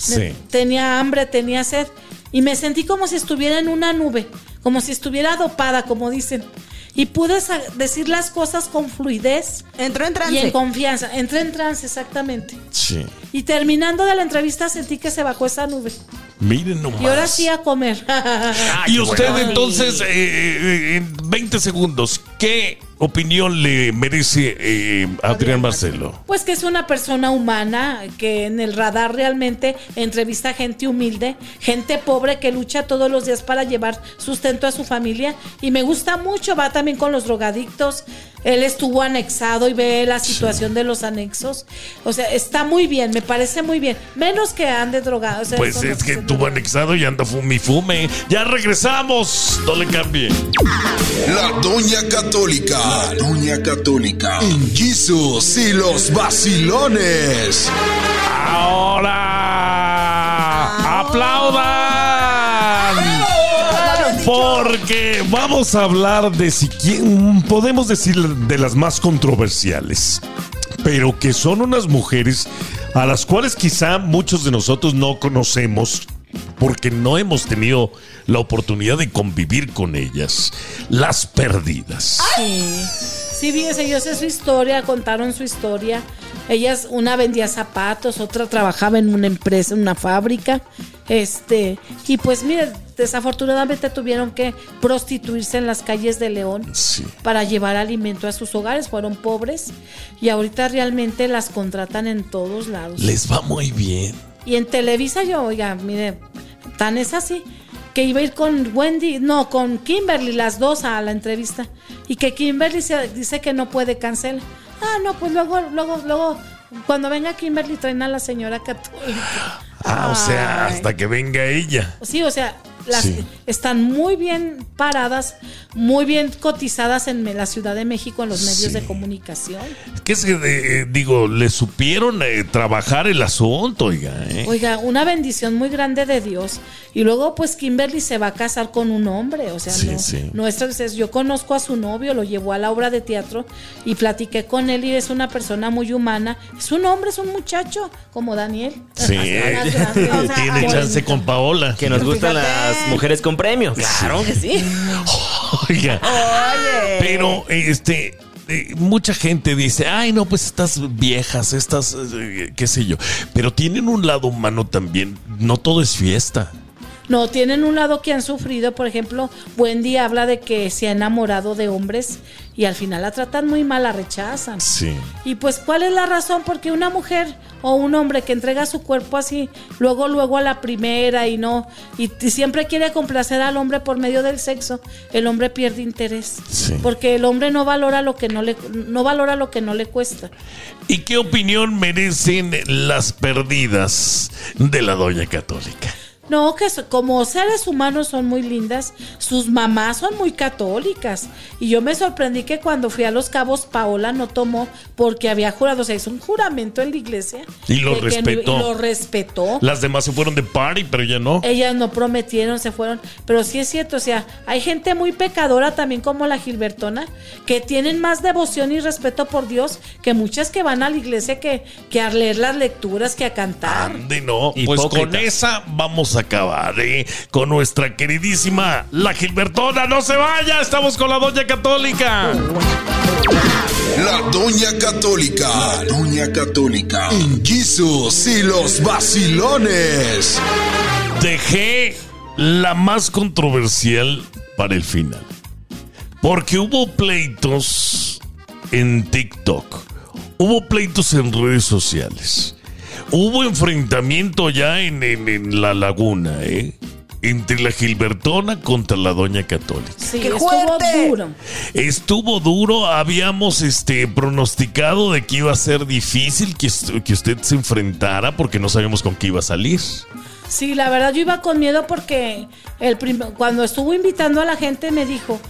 Me-
Sí.
tenía hambre, tenía sed. Y me sentí como si estuviera en una nube, como si estuviera dopada, como dicen. Y pude sa- decir las cosas con fluidez
Entró en
y en
trance.
confianza. Entré en trance, exactamente.
Sí.
Y terminando de la entrevista sentí que se bajó esa nube.
Miren nomás.
Y ahora sí a comer.
y usted
bueno.
entonces, eh, eh, en 20 segundos, ¿qué opinión le merece eh, Adrián Marcelo?
Pues que es una persona humana, que en el radar realmente entrevista gente humilde, gente pobre que lucha todos los días para llevar sustento a su familia. Y me gusta mucho, va también con los drogadictos. Él estuvo anexado y ve la situación de los anexos. O sea, está muy bien, me parece muy bien. Menos que ande drogado. o sea,
Pues
eso no
es que
se-
tuvo anexado y anda fumi fume. Ya regresamos. No le cambie.
La Doña Católica. La Doña Católica. En Jesus y los vacilones.
Ahora. ¡Aplaudan! Porque vamos a hablar de si quién- podemos decir de las más controversiales, pero que son unas mujeres a las cuales quizá muchos de nosotros no conocemos porque no hemos tenido la oportunidad de convivir con ellas, las perdidas.
Sí, sí, fíjese, yo sé su historia, contaron su historia. Ellas, una vendía zapatos, otra trabajaba en una empresa, en una fábrica. Este, y pues mire, desafortunadamente tuvieron que prostituirse en las calles de León
Sí.
para llevar alimento a sus hogares, fueron pobres y ahorita realmente las contratan en todos lados.
Les va muy bien.
Y en Televisa yo, oiga, mire, tan es así que iba a ir con Wendy, no, con Kimberly, las dos a la entrevista. Y que Kimberly se- dice que no puede cancelar. Ah, no, pues luego, luego, luego, cuando venga Kimberly traen a la señora católica.
Ah, o sea,
Ay.
hasta que venga ella.
Sí, o sea, las
Sí.
están muy bien paradas, muy bien cotizadas en me- la Ciudad de México, en los medios
Sí.
de comunicación.
¿Qué es que, eh, digo, le supieron eh, trabajar el asunto, oiga, eh?
Oiga, una bendición muy grande de Dios. Y luego, pues Kimberly se va a casar con un hombre. O sea,
Sí,
no,
sí.
no es travesés. Yo conozco a su novio, lo llevó a la obra de teatro y platiqué con él. Y es una persona muy humana. Es un hombre, es un muchacho, como Daniel.
pues,
Sí,
Gracias, gracias.
O sea,
tiene
bonito.
chance con Paola.
Que nos gustan
Fíjate.
las mujeres con premio. Claro que sí.
Oiga,
Oye.
pero este, eh, mucha gente dice, ay, no, pues estas viejas, estas, eh, qué sé yo, pero tienen un lado humano también, no todo es fiesta.
No, tienen un lado que han sufrido, por ejemplo, Wendy habla de que se ha enamorado de hombres y al final la tratan muy mal, la rechazan.
Sí.
Y pues, ¿cuál es la razón? Porque una mujer o un hombre que entrega su cuerpo así, luego, luego a la primera y no, y, t- siempre quiere complacer al hombre por medio del sexo, el hombre pierde interés.
Sí.
Porque el hombre no valora lo que no le, no valora lo que no le cuesta.
¿Y qué opinión merecen las perdidas de la doña católica?
No, que so- como seres humanos son muy lindas, sus mamás son muy católicas. Y yo me sorprendí que cuando fui a Los Cabos, Paola no tomó porque había jurado, o sea, hizo un juramento en la iglesia.
Y lo
de que no-
respetó.
y lo respetó.
Oh.
Las demás se fueron de party, pero ya no.
Ellas no prometieron, se fueron. Pero sí es cierto, o sea, hay gente muy pecadora también como la Gilbertona, que tienen más devoción y respeto por Dios que muchas que van a la iglesia que, que a leer las lecturas, que a cantar.
Ande, no. Pues
Hipócritas.
con esa vamos a acabar, ¿eh? Con nuestra queridísima La Gilbertona. ¡No se vaya! Estamos con la Doña Católica.
La Doña Católica. La Doña Católica. En Jesus y los vacilones.
Dejé la más controversial para el final. Porque hubo pleitos en TikTok. Hubo pleitos en redes sociales. Hubo enfrentamiento ya en, en- en la laguna, ¿eh? Entre la Gilbertona contra la Doña Católica.
Sí,
¡Qué
estuvo
fuerte!
duro.
Estuvo duro, habíamos este, pronosticado de que iba a ser difícil que, est- que usted se enfrentara porque no sabíamos con qué iba a salir.
Sí, la verdad yo iba con miedo porque el prim- cuando estuvo invitando a la gente me dijo,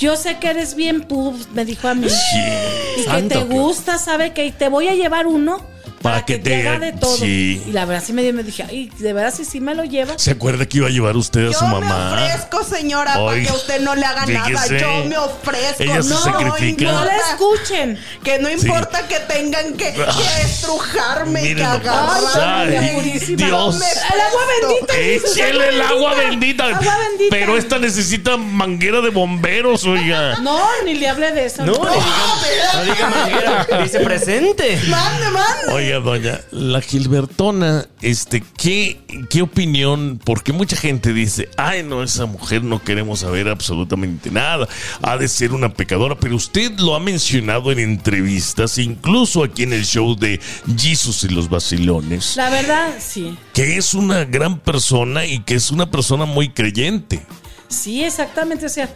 yo sé que eres bien pub, me dijo a mí. Y que
Santo,
te
Dios.
gusta, sabe que y te voy a llevar uno para, que, te haga de todo.
sí.
Y la verdad sí me, dio- me dije, ay, de verdad sí, sí me lo llevas.
¿Se acuerda que iba a llevar usted a
Yo
su
me
mamá?
ofrezco, señora, para
Ay,
que usted no le haga nada.
fíjese.
Yo me ofrezco.
Ella se
no,
sacrifica.
No la
importa.
escuchen.
Que no importa que tengan que, que estrujarme y que
Ah. Miren nomás.
agarrarme.
Ay,
No
Dios.
me
El agua
presto.
bendita.
Échele el agua bendita.
Agua bendita.
Pero esta necesita manguera de bomberos, oiga.
No, ni le hable de eso.
No,
No.
le digan- no diga manguera, dice presente.
Mande, mande.
Oiga, doña, la Gilbertona, este, ¿qué, ¿qué opinión? Porque mucha gente dice, ay, no, esa mujer no queremos saber absolutamente nada, ha de ser una pecadora, pero usted lo ha mencionado en entrevistas, incluso aquí en el show de Jesus y los Basilones,
La verdad, sí.
que es una gran persona y que es una persona muy creyente.
Sí, exactamente. O sea,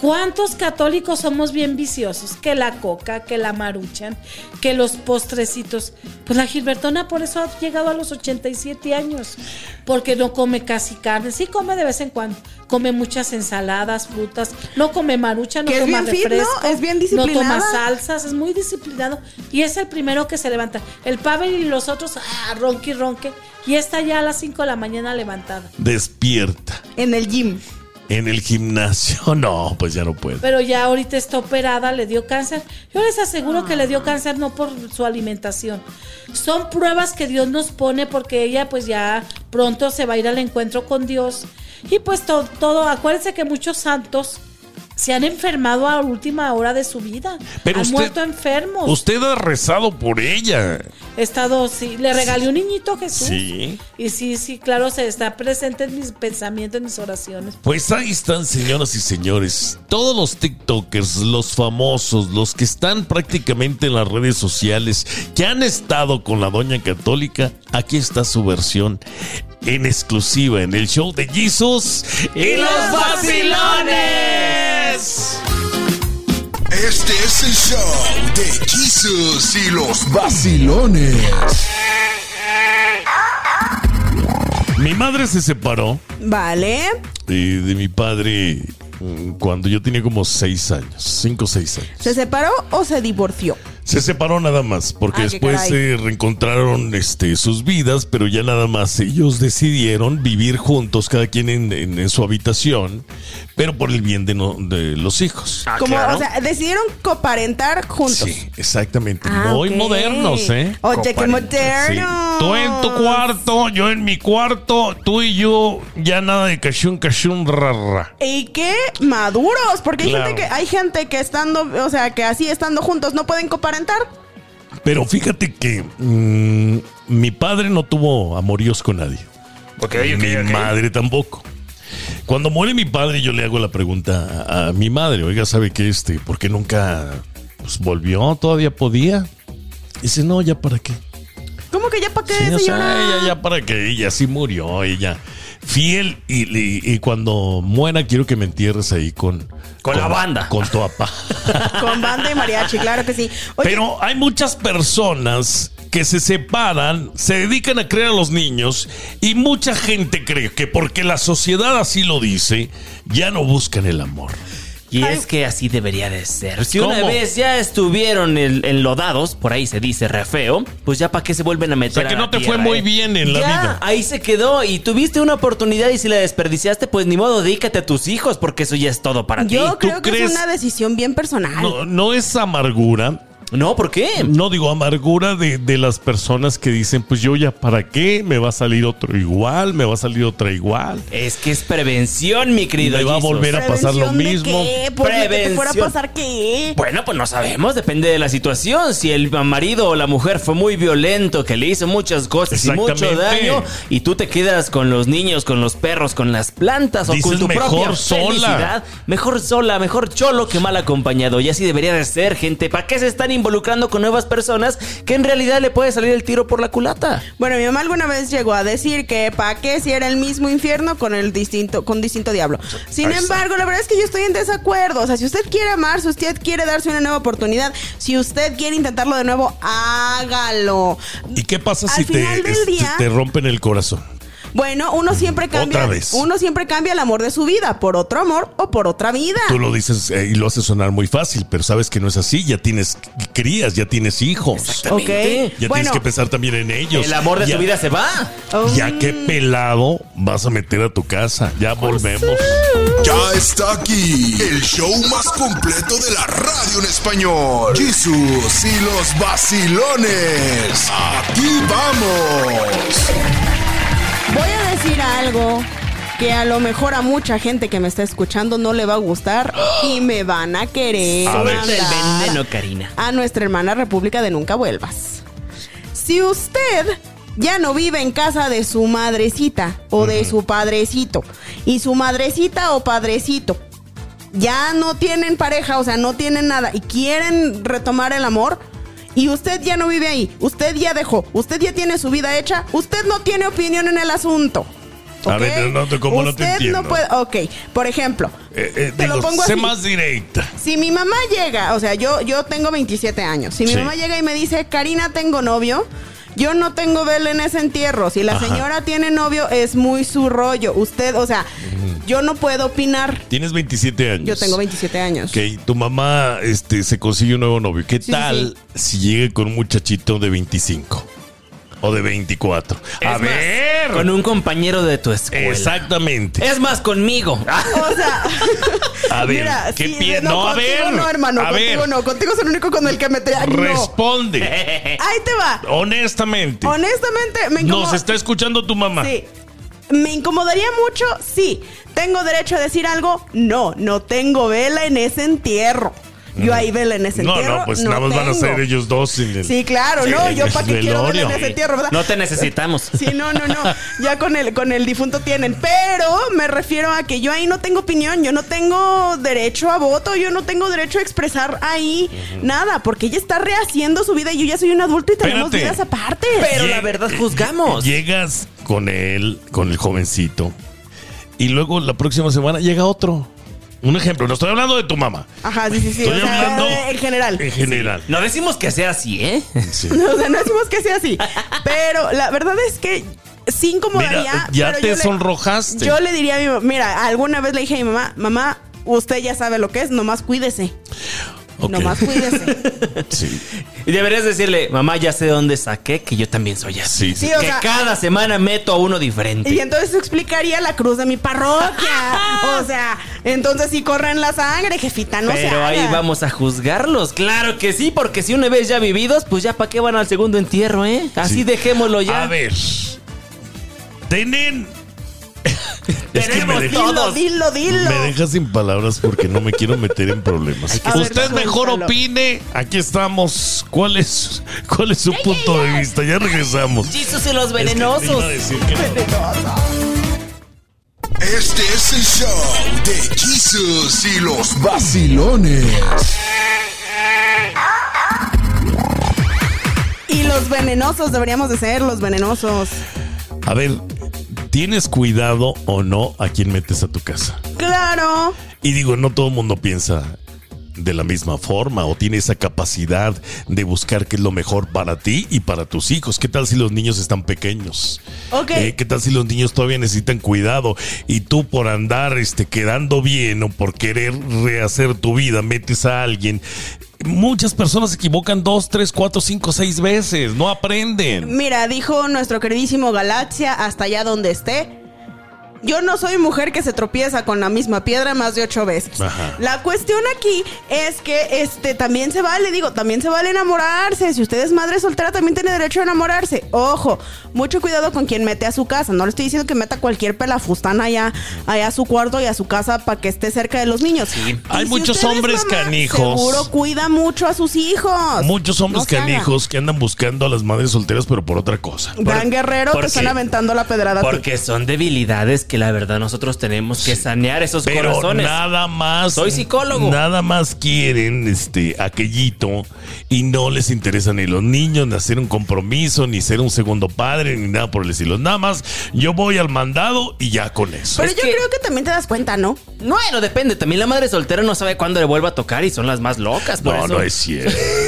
¿cuántos católicos somos bien viciosos? Que la coca, que la maruchan, que los postrecitos. Pues la Gilbertona por eso ha llegado a los 87 años. Porque no come casi carne. Sí come de vez en cuando. Come muchas ensaladas, frutas. No come marucha, no
Que es
toma
bien fit, ¿no?
refresco.
Es bien
No toma
disciplinada.
salsas. Es muy disciplinado. Y es el primero que se levanta. El Pavel y los otros, ah, ronqui, ronque. Y está ya a las 5 de la mañana levantada.
Despierta
En el gym.
en el gimnasio. No, pues ya no puede.
pero ya ahorita está operada, le dio cáncer. Yo les aseguro que le
Ah.
dio cáncer no por su alimentación. Son pruebas que Dios nos pone porque ella pues ya pronto se va a ir al encuentro con Dios. Y pues todo, todo acuérdense que muchos santos se han enfermado a última hora de su vida.
Pero
han
usted-
muerto enfermos.
Usted ha rezado por ella.
He estado, sí, le regalé un niñito a Jesús.
Sí.
Y sí, sí, claro, se está presente en mis pensamientos, en mis oraciones.
Pues ahí están, señoras y señores. Todos los TikTokers, los famosos, los que están prácticamente en las redes sociales, que han estado con la Doña Católica, aquí está su versión en exclusiva en el show de Jesus y los vacilones.
Este es el show de Jesus y los vacilones.
Mi madre se separó
Vale.
eh, de mi padre mm, cuando yo tenía como seis años, cinco o seis años.
¿Se separó o se divorció?
Se separó nada más, porque
Ah, qué
después
caray.
se reencontraron este, sus vidas, pero ya nada más ellos decidieron vivir juntos, cada quien en, en- en su habitación, pero por el bien de, no- de los hijos.
Como, o sea, decidieron coparentar
Ah,
juntos.
Sí, exactamente.
Ah,
Muy
ok.
modernos, ¿eh?
Oye, qué
Sí.
moderno.
Tú en tu cuarto, yo en mi cuarto, tú y yo, ya nada de cachún, cachún, rarra.
Y qué maduros, porque hay
Claro.
gente que hay gente que estando, o sea, que así estando juntos no pueden coparentar.
Pero fíjate que mm, mi padre no tuvo amoríos con nadie.
Ok, ok,
mi
ok.
madre tampoco. Cuando muere mi padre, yo le hago la pregunta a, a mi madre, oiga, ¿sabe qué este? ¿Por qué nunca pues, volvió? ¿Todavía podía? Dice, no, ya para qué.
¿Cómo que ya para qué,
Sí, o sea,
señora?
ella ya para que ella sí murió, ella fiel y, y- y cuando muera quiero que me entierres ahí con
Con la banda.
con tu papá.
Con banda y mariachi, claro que sí. Oye,
Pero hay muchas personas que se separan, se dedican a crear a los niños y mucha gente cree que porque la sociedad así lo dice, ya no buscan el amor.
Y
Ay.
es que así debería de ser. Si una
¿Cómo?
vez ya estuvieron en- enlodados, por ahí se dice re feo, pues ya para qué se vuelven a meter.
O sea, que
a la
no te
tierra,
fue muy
¿eh?
bien en la
Ya,
vida.
Ahí se quedó y tuviste una oportunidad y si la desperdiciaste, pues ni modo, dedícate a tus hijos porque eso ya es todo para ti.
yo creo que
crees-
es una decisión bien personal.
No, no es amargura,
No, ¿por qué?
No digo amargura de, de las personas que dicen, pues yo ya para qué, me va a salir otro igual, me va a salir otra igual,
Es que es prevención, mi querido.
Me va a
Jesus.
volver a- pasar lo mismo.
¿De qué? ¿Por lo que te fuera a
Prevención.
pasar qué?
Bueno, pues no sabemos, depende de la situación. Si el marido o la mujer fue muy violento, que le hizo muchas cosas y mucho
Exactamente.
daño, y tú te quedas con los niños, con los perros, con las plantas o
Dices,
con tu
mejor
propia
sola.
felicidad, mejor sola, mejor cholo que mal acompañado. Y así debería de ser, gente. ¿Para qué se están involucrando con nuevas personas que en realidad le puede salir el tiro por la culata?
Bueno, mi mamá alguna vez llegó a decir que para qué si era el mismo infierno con el distinto, con distinto diablo. Sin embargo, la verdad es que yo estoy en desacuerdo. O sea, si usted quiere amar, si usted quiere darse una nueva oportunidad, si usted quiere intentarlo de nuevo, hágalo.
¿Y qué pasa
Al
si te,
final del
es- te-
día-
te rompen el corazón?
Bueno, uno siempre cambia.
Otra vez.
Uno siempre cambia el amor de su vida por otro amor o por otra vida.
Tú lo dices eh, y lo haces sonar muy fácil, pero sabes que no es así, ya tienes crías, ya tienes hijos,
Ok.
Exactamente.
ya
bueno,
tienes que pensar también en ellos.
El amor de
ya,
tu vida se va.
Ya qué pelado vas a meter a tu casa, ya volvemos.
Ya está aquí el show más completo de la radio en español. Jesús y los vacilones. Aquí vamos.
voy a decir algo que a lo mejor a mucha gente que me está escuchando no le va a gustar y me van a querer.
A ver.
Suelta el
mandar.
veneno, Karina.
a nuestra hermana República de Nunca Vuelvas. Si usted ya no vive en casa de su madrecita o de su padrecito, y su madrecita o padrecito ya no tienen pareja, o sea, no tienen nada, y quieren retomar el amor, y usted ya no vive ahí, usted ya dejó, usted ya tiene su vida hecha, usted no tiene opinión en el asunto.
A
¿ok?
ver, no, no, ¿cómo no te
Usted
entiendo?
puede, ok, por ejemplo,
Eh, eh,
te lo
digo,
pongo
sé
así.
más directa.
Si mi mamá llega, o sea, yo, yo tengo 27 años. Si mi
Sí.
mamá llega y me dice, Karina, tengo novio. Yo no tengo vela en ese entierro. Si la
Ajá.
señora tiene novio, es muy su rollo. Usted, o sea, yo no puedo opinar.
Tienes 27 años.
Yo tengo 27 años.
Ok, tu mamá este, se consigue un nuevo novio. ¿Qué
Sí,
tal si llega con un muchachito de 25 o de 24? A
Es más,
ver.
Con un compañero de tu escuela.
Exactamente.
Eh,
Es más, conmigo.
O sea,
A ver,
mira,
¿qué
sí,
pi- No, a
contigo
ver.
No, hermano,
a
contigo
ver,
no. Contigo es el único con el que me trae. No.
responde.
Ahí te va.
Honestamente.
Honestamente, me incomoda.
Nos está escuchando tu mamá.
Sí. ¿Me incomodaría mucho? Sí. ¿Tengo derecho a decir algo? No, no tengo vela en ese entierro. Yo ahí vela en ese
Mm. No,
entierro.
no, pues nada más van a
tengo.
ser ellos dos. en el-
Sí, claro, no,
en
yo
el
para qué quiero vela en
velorio.
ese entierro, ¿verdad?
No te necesitamos.
Sí, no, no, no. Ya con el, con el difunto tienen. Pero me refiero a que yo ahí no tengo opinión, yo no tengo derecho a voto, yo no tengo derecho a expresar ahí nada, porque ella está rehaciendo su vida y yo ya soy un adulto y tenemos
Espérate.
vidas aparte.
Pero la verdad juzgamos.
eh, Llegas con él, con el jovencito, y luego la próxima semana llega otro. Un ejemplo, no estoy hablando de tu mamá.
Ajá, sí, sí, sí.
Estoy
o sea, eh,
hablando
en general.
En general.
No decimos que sea así, ¿eh?
Sí.
No, o sea, no decimos que sea así. Pero la verdad es que sí incomodaría.
Mira, ya
pero
te
yo le-
sonrojaste.
Yo le diría a mi mamá, mira, alguna vez le dije a mi mamá, mamá, usted ya sabe lo que es, nomás cuídese.
Ok.
Nomás cuídese.
Sí.
Y deberías decirle, mamá, ya sé dónde saqué, que yo también soy así.
Sí, sí.
Sí, o
que
sea-
cada semana meto a uno diferente.
y entonces explicaría la cruz de mi parroquia. o sea, entonces si corren la sangre, jefita, no se
Pero ahí
haga.
vamos a juzgarlos. Claro que sí, porque si una vez ya vividos, pues ya para qué van al segundo entierro, ¿eh? Así
Sí.
dejémoslo ya.
A ver. Tienen. Es que me,
Tenemos
deja-
Dilo,
todos.
dilo, dilo.
me deja sin palabras porque no me quiero meter en problemas.
A ver,
Usted mejor
suéltalo.
opine. Aquí estamos. ¿Cuál es, cuál es su punto de vista? Ya regresamos.
Jesús y los
Es que te iba
venenosos.
a decir que no.
Este es el show de Jesus y los vacilones.
Y los venenosos, deberíamos de ser los venenosos.
A ver, ¿tienes cuidado o no a quién metes a tu casa?
Claro.
Y digo, no todo el mundo piensa de la misma forma o tiene esa capacidad de buscar qué es lo mejor para ti y para tus hijos. ¿Qué tal si los niños están pequeños?
Ok.
Eh, ¿Qué tal si los niños todavía necesitan cuidado y tú por andar este, quedando bien o por querer rehacer tu vida metes a alguien? Muchas personas se equivocan dos, tres, cuatro, cinco, seis veces. No aprenden.
Mira, dijo nuestro queridísimo Galaxia, hasta allá donde esté. Yo no soy mujer que se tropieza con la misma piedra más de ocho veces.
Ajá.
La cuestión aquí es que este también se vale, digo, también se vale enamorarse. Si usted es madre soltera, también tiene derecho a enamorarse. Ojo, mucho cuidado con quien mete a su casa. No le estoy diciendo que meta cualquier pelafustana allá, allá a su cuarto y a su casa para que esté cerca de los niños. Y
Hay muchos
usted es
hombres canijos.
Seguro cuida mucho a sus hijos.
Muchos hombres
No se haga.
canijos que andan buscando a las madres solteras, pero por otra cosa.
Gran guerrero,
¿por
te están
qué?
aventando la pedrada. a ti.
Porque son debilidades que la verdad nosotros tenemos que sanear esos
Pero
corazones.
nada más.
Soy psicólogo.
Nada más quieren este aquellito y no les interesa ni los niños, ni hacer un compromiso, ni ser un segundo padre, ni nada por el estilo. Nada más yo voy al mandado y ya con eso.
Pero
Es
yo
que-
creo que también te das cuenta, ¿no?
Bueno, depende. También la madre soltera no sabe cuándo le vuelva a tocar y son las más locas. Pues, Por
no,
eso.
no es cierto.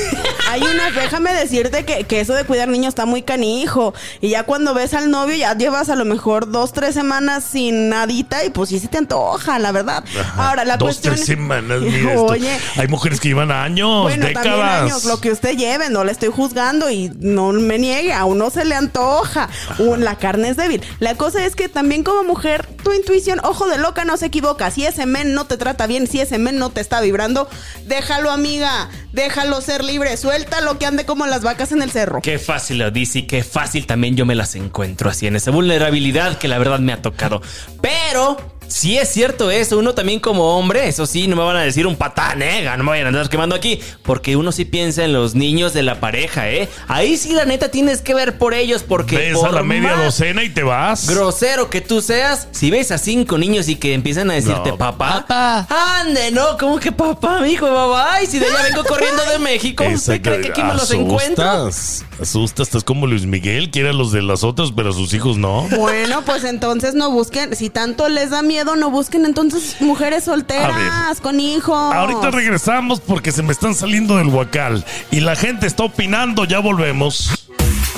Hay una, déjame decirte que, que eso de cuidar niños está muy canijo. Y ya cuando ves al novio, ya llevas a lo mejor dos, tres semanas sin nadita y pues sí se te antoja, la verdad. Ahora, la
Dos,
cuestión
tres
es-
semanas, mira esto.
Oye,
Hay mujeres que llevan años,
bueno, también
décadas.
años, lo que usted lleve, no le estoy juzgando y no me niegue, a uno se le antoja. Un- la carne es débil. La cosa es que también como mujer, tu intuición, ojo de loca, no se equivoca. Si ese men no te trata bien, si ese men no te está vibrando, déjalo, amiga, déjalo ser libre, suéltalo que ande como las vacas en el cerro.
Qué fácil lo dice y qué fácil también yo me las encuentro así en esa vulnerabilidad que la verdad me ha tocado. Pero si es cierto eso, uno también como hombre, eso sí, no me van a decir un patanega, no me vayan a andar quemando aquí, porque uno sí piensa en los niños de la pareja, ¿eh? Ahí sí la neta tienes que ver por ellos porque
Ves
por
a la media
más
docena y te vas.
Grosero que tú seas, si ves a cinco niños y que empiezan a decirte
No,
papá,
papá.
ande, no, ¿cómo que papá, mijo, papá? Y si de allá vengo corriendo de México, ¿usted cree que aquí me los encuentro?
Asustas, asustas, estás como Luis Miguel, quiere a los de las otras, pero a sus hijos no.
Bueno, pues entonces no busquen, si tanto les da miedo, no busquen entonces mujeres
A
solteras, con hijos.
Ahorita regresamos porque se me están saliendo del huacal y la gente está opinando, ya volvemos.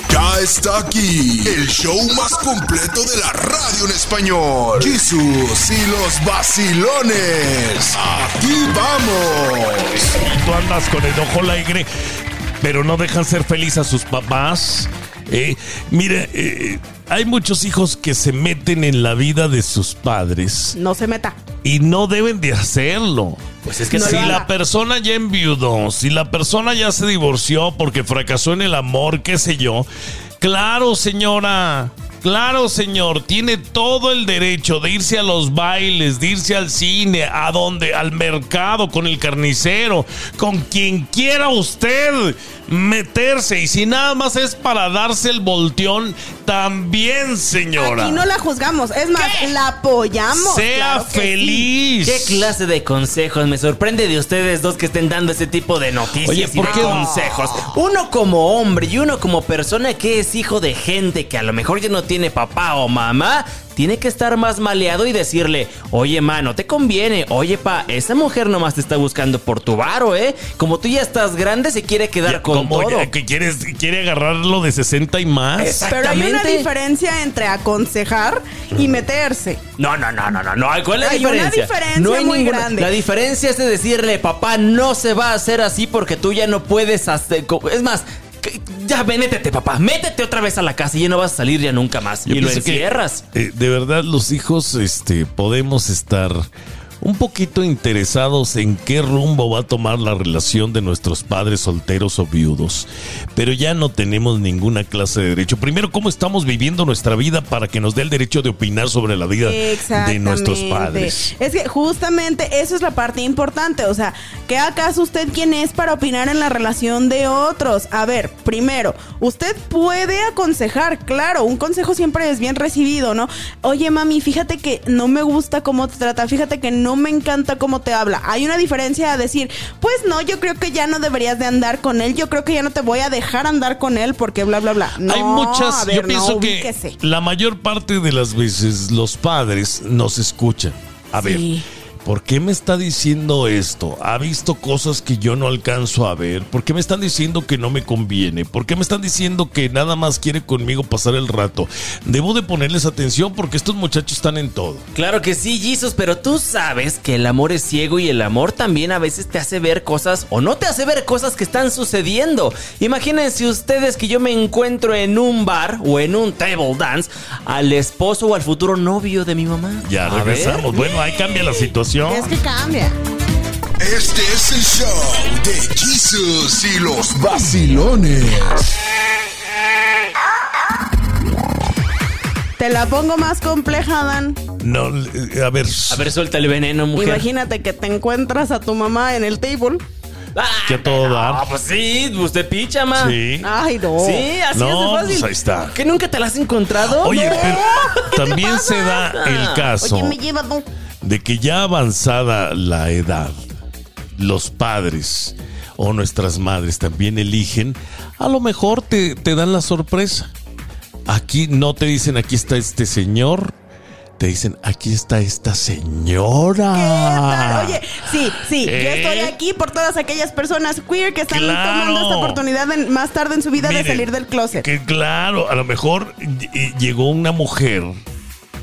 Ya está aquí el show más completo de la radio en español. Jesús y los vacilones. Aquí vamos.
Y tú andas con el ojo alegre, pero no dejan ser feliz a sus papás. Eh, mire, eh, hay muchos hijos que se meten en la vida de sus padres
No se meta.
y no deben de hacerlo.
Pues es que
No
si
lo haga.
la persona ya enviudó, si la persona ya se divorció porque fracasó en el amor, qué sé yo, claro, señora. Claro, señor, tiene todo el derecho de irse a los bailes, de irse al cine, a donde, al mercado, con el carnicero, con quien quiera usted meterse. Y si nada más es para darse el volteón, también, señora.
Aquí no la juzgamos, es más, la apoyamos.
sea
claro que sí.
feliz.
¿Qué clase de consejos? Me sorprende de ustedes dos que estén dando ese tipo de noticias
Oye, ¿por
y de
qué?
consejos. Uno como hombre y uno como persona que es hijo de gente que a lo mejor ya no tiene papá o mamá, tiene que estar más maleado y decirle, oye, ma, no te conviene. Oye, pa, esa mujer nomás te está buscando por tu varo, ¿eh? Como tú ya estás grande, se quiere quedar
Ya,
con
como
todo.
ya que quieres, quiere agarrarlo de 60 y más.
Pero hay una
Exactamente.
diferencia entre aconsejar y meterse.
No, no, no, no, no, no. ¿Cuál es la
Hay una
diferencia?
diferencia
no hay
muy grande.
La diferencia es de decirle, papá, no se va a hacer así porque tú ya no puedes hacer. co- Es más, que- ya ven, métete, papá. Métete otra vez a la casa y ya no vas a salir ya nunca más.
Yo
y lo
pienso que,
encierras.
eh, de verdad, los hijos, este, podemos estar un poquito interesados en qué rumbo va a tomar la relación de nuestros padres solteros o viudos. Pero ya no tenemos ninguna clase de derecho. Primero, ¿cómo estamos viviendo nuestra vida para que nos dé el derecho de opinar sobre la vida de nuestros padres?
Es que justamente eso es la parte importante. O sea, ¿qué acaso usted quién es para opinar en la relación de otros? A ver, primero, usted puede aconsejar, claro, un consejo siempre es bien recibido, ¿no? Oye, mami, fíjate que no me gusta cómo te trata, fíjate que no me encanta cómo te habla. Hay una diferencia a decir, pues no, yo creo que ya no deberías de andar con él, yo creo que ya no te voy a dejar andar con él porque bla, bla, bla. No,
Hay muchas,
a ver,
yo pienso
no,
que
ubíquese.
la mayor parte de las veces los padres nos escuchan. A ver,
Sí.
¿por qué me está diciendo esto? ¿Ha visto cosas que yo no alcanzo a ver? ¿Por qué me están diciendo que no me conviene? ¿Por qué me están diciendo que nada más quiere conmigo pasar el rato? Debo de ponerles atención porque estos muchachos están en todo.
Claro que sí, Jesus, pero tú sabes que el amor es ciego y el amor también a veces te hace ver cosas o no te hace ver cosas que están sucediendo. Imagínense ustedes que yo me encuentro en un bar o en un table dance al esposo o al futuro novio de mi mamá.
Ya
A ver.
regresamos. Bueno, ahí cambia la situación.
Es que cambia.
Este es el show de Jesus y los vacilones.
Te la pongo más compleja, Dan.
No, eh, a ver.
A ver, suelta el veneno, mujer.
Imagínate que te encuentras a tu mamá en el table.
Ah,
Que a todo
Ah,
dar.
pues sí, usted picha, ma.
¿Eh? Sí.
Ay, no.
Sí, así
No,
es de fácil.
pues ahí está.
¿Que nunca te la has encontrado?
Oye,
No.
pero también se da el caso.
Ah. Oye, me lleva dos.
de que ya avanzada la edad, los padres o nuestras madres también eligen, a lo mejor te, te dan la sorpresa. Aquí no te dicen, aquí está este señor. Te dicen, aquí está esta señora.
¿Qué tal? Oye, sí, sí, yo
Ah. ¿Eh?
estoy aquí por todas aquellas personas queer que están
Claro.
tomando esta oportunidad en- más tarde en su vida
Miren,
de salir del closet.
Que claro, a lo mejor y- y llegó una mujer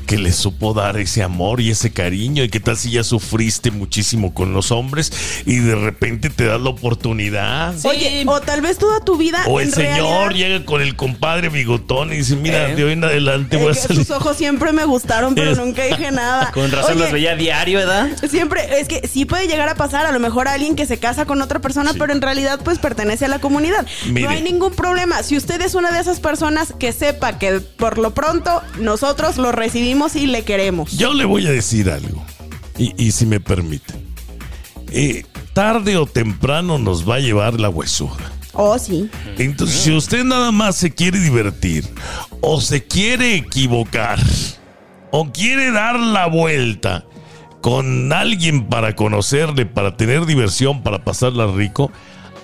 que le supo dar ese amor y ese cariño y qué tal si ya sufriste muchísimo con los hombres y de repente te das la oportunidad.
Sí.
Oye, o tal vez toda tu vida.
O el
en
señor
realidad,
llega con el compadre bigotón y dice, mira,
Eh.
de hoy en adelante voy
eh,
a
que
salir.
sus ojos siempre me gustaron, pero nunca dije nada.
Con razón
Oye,
los veía a diario, ¿verdad?
Siempre, es que sí puede llegar a pasar a lo mejor a alguien que se casa con otra persona, pero en realidad pues pertenece a la comunidad.
Mire.
No hay ningún problema. Si usted es una de esas personas que sepa que por lo pronto nosotros lo recibimos y le queremos.
Yo le voy a decir algo, y, y si me permiten. Eh, tarde o temprano nos va a llevar la huesuda.
Oh, sí.
Entonces, si usted nada más se quiere divertir o se quiere equivocar o quiere dar la vuelta con alguien para conocerle, para tener diversión, para pasarla rico,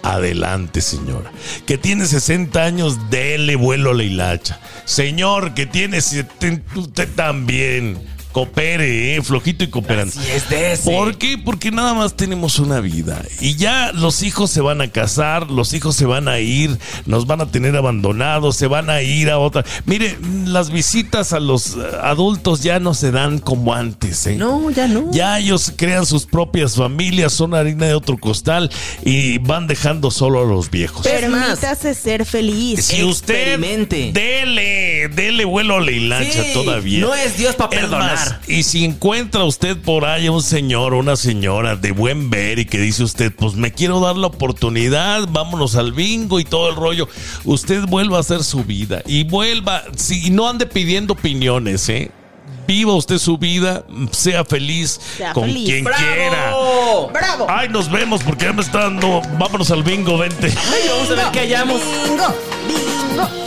adelante, señora. Que tiene 60 años, dele vuelo a la hilacha. Señor, que tiene 70, usted también. Coopere, eh, flojito y cooperante.
Así es de ese.
¿Por qué? Porque nada más tenemos una vida. Y ya los hijos se van a casar, los hijos se van a ir, nos van a tener abandonados, se van a ir a otra. Mire, las visitas a los eh, adultos ya no se dan como antes, ¿eh?
No, ya no.
Ya ellos crean sus propias familias, son harina de otro costal y van dejando solo a los viejos.
Es más.
Permítase ser feliz.
Si usted
Experimente.
dele, dele vuelo a la hilacha
Sí,
todavía.
no es Dios pa'
Es
perdonar.
más, y si encuentra usted por ahí un señor o una señora de buen ver y que dice usted, pues me quiero dar la oportunidad, vámonos al bingo y todo el rollo, usted vuelva a hacer su vida y vuelva, si no ande pidiendo opiniones, ¿eh? Viva usted su vida, sea feliz
Sea
con
feliz.
quien
¡Bravo!
quiera.
¡Bravo!
Ay, nos vemos porque ya me está dando. Vámonos al bingo, vente.
Ay, vamos a ver qué hallamos.
Bingo, bingo.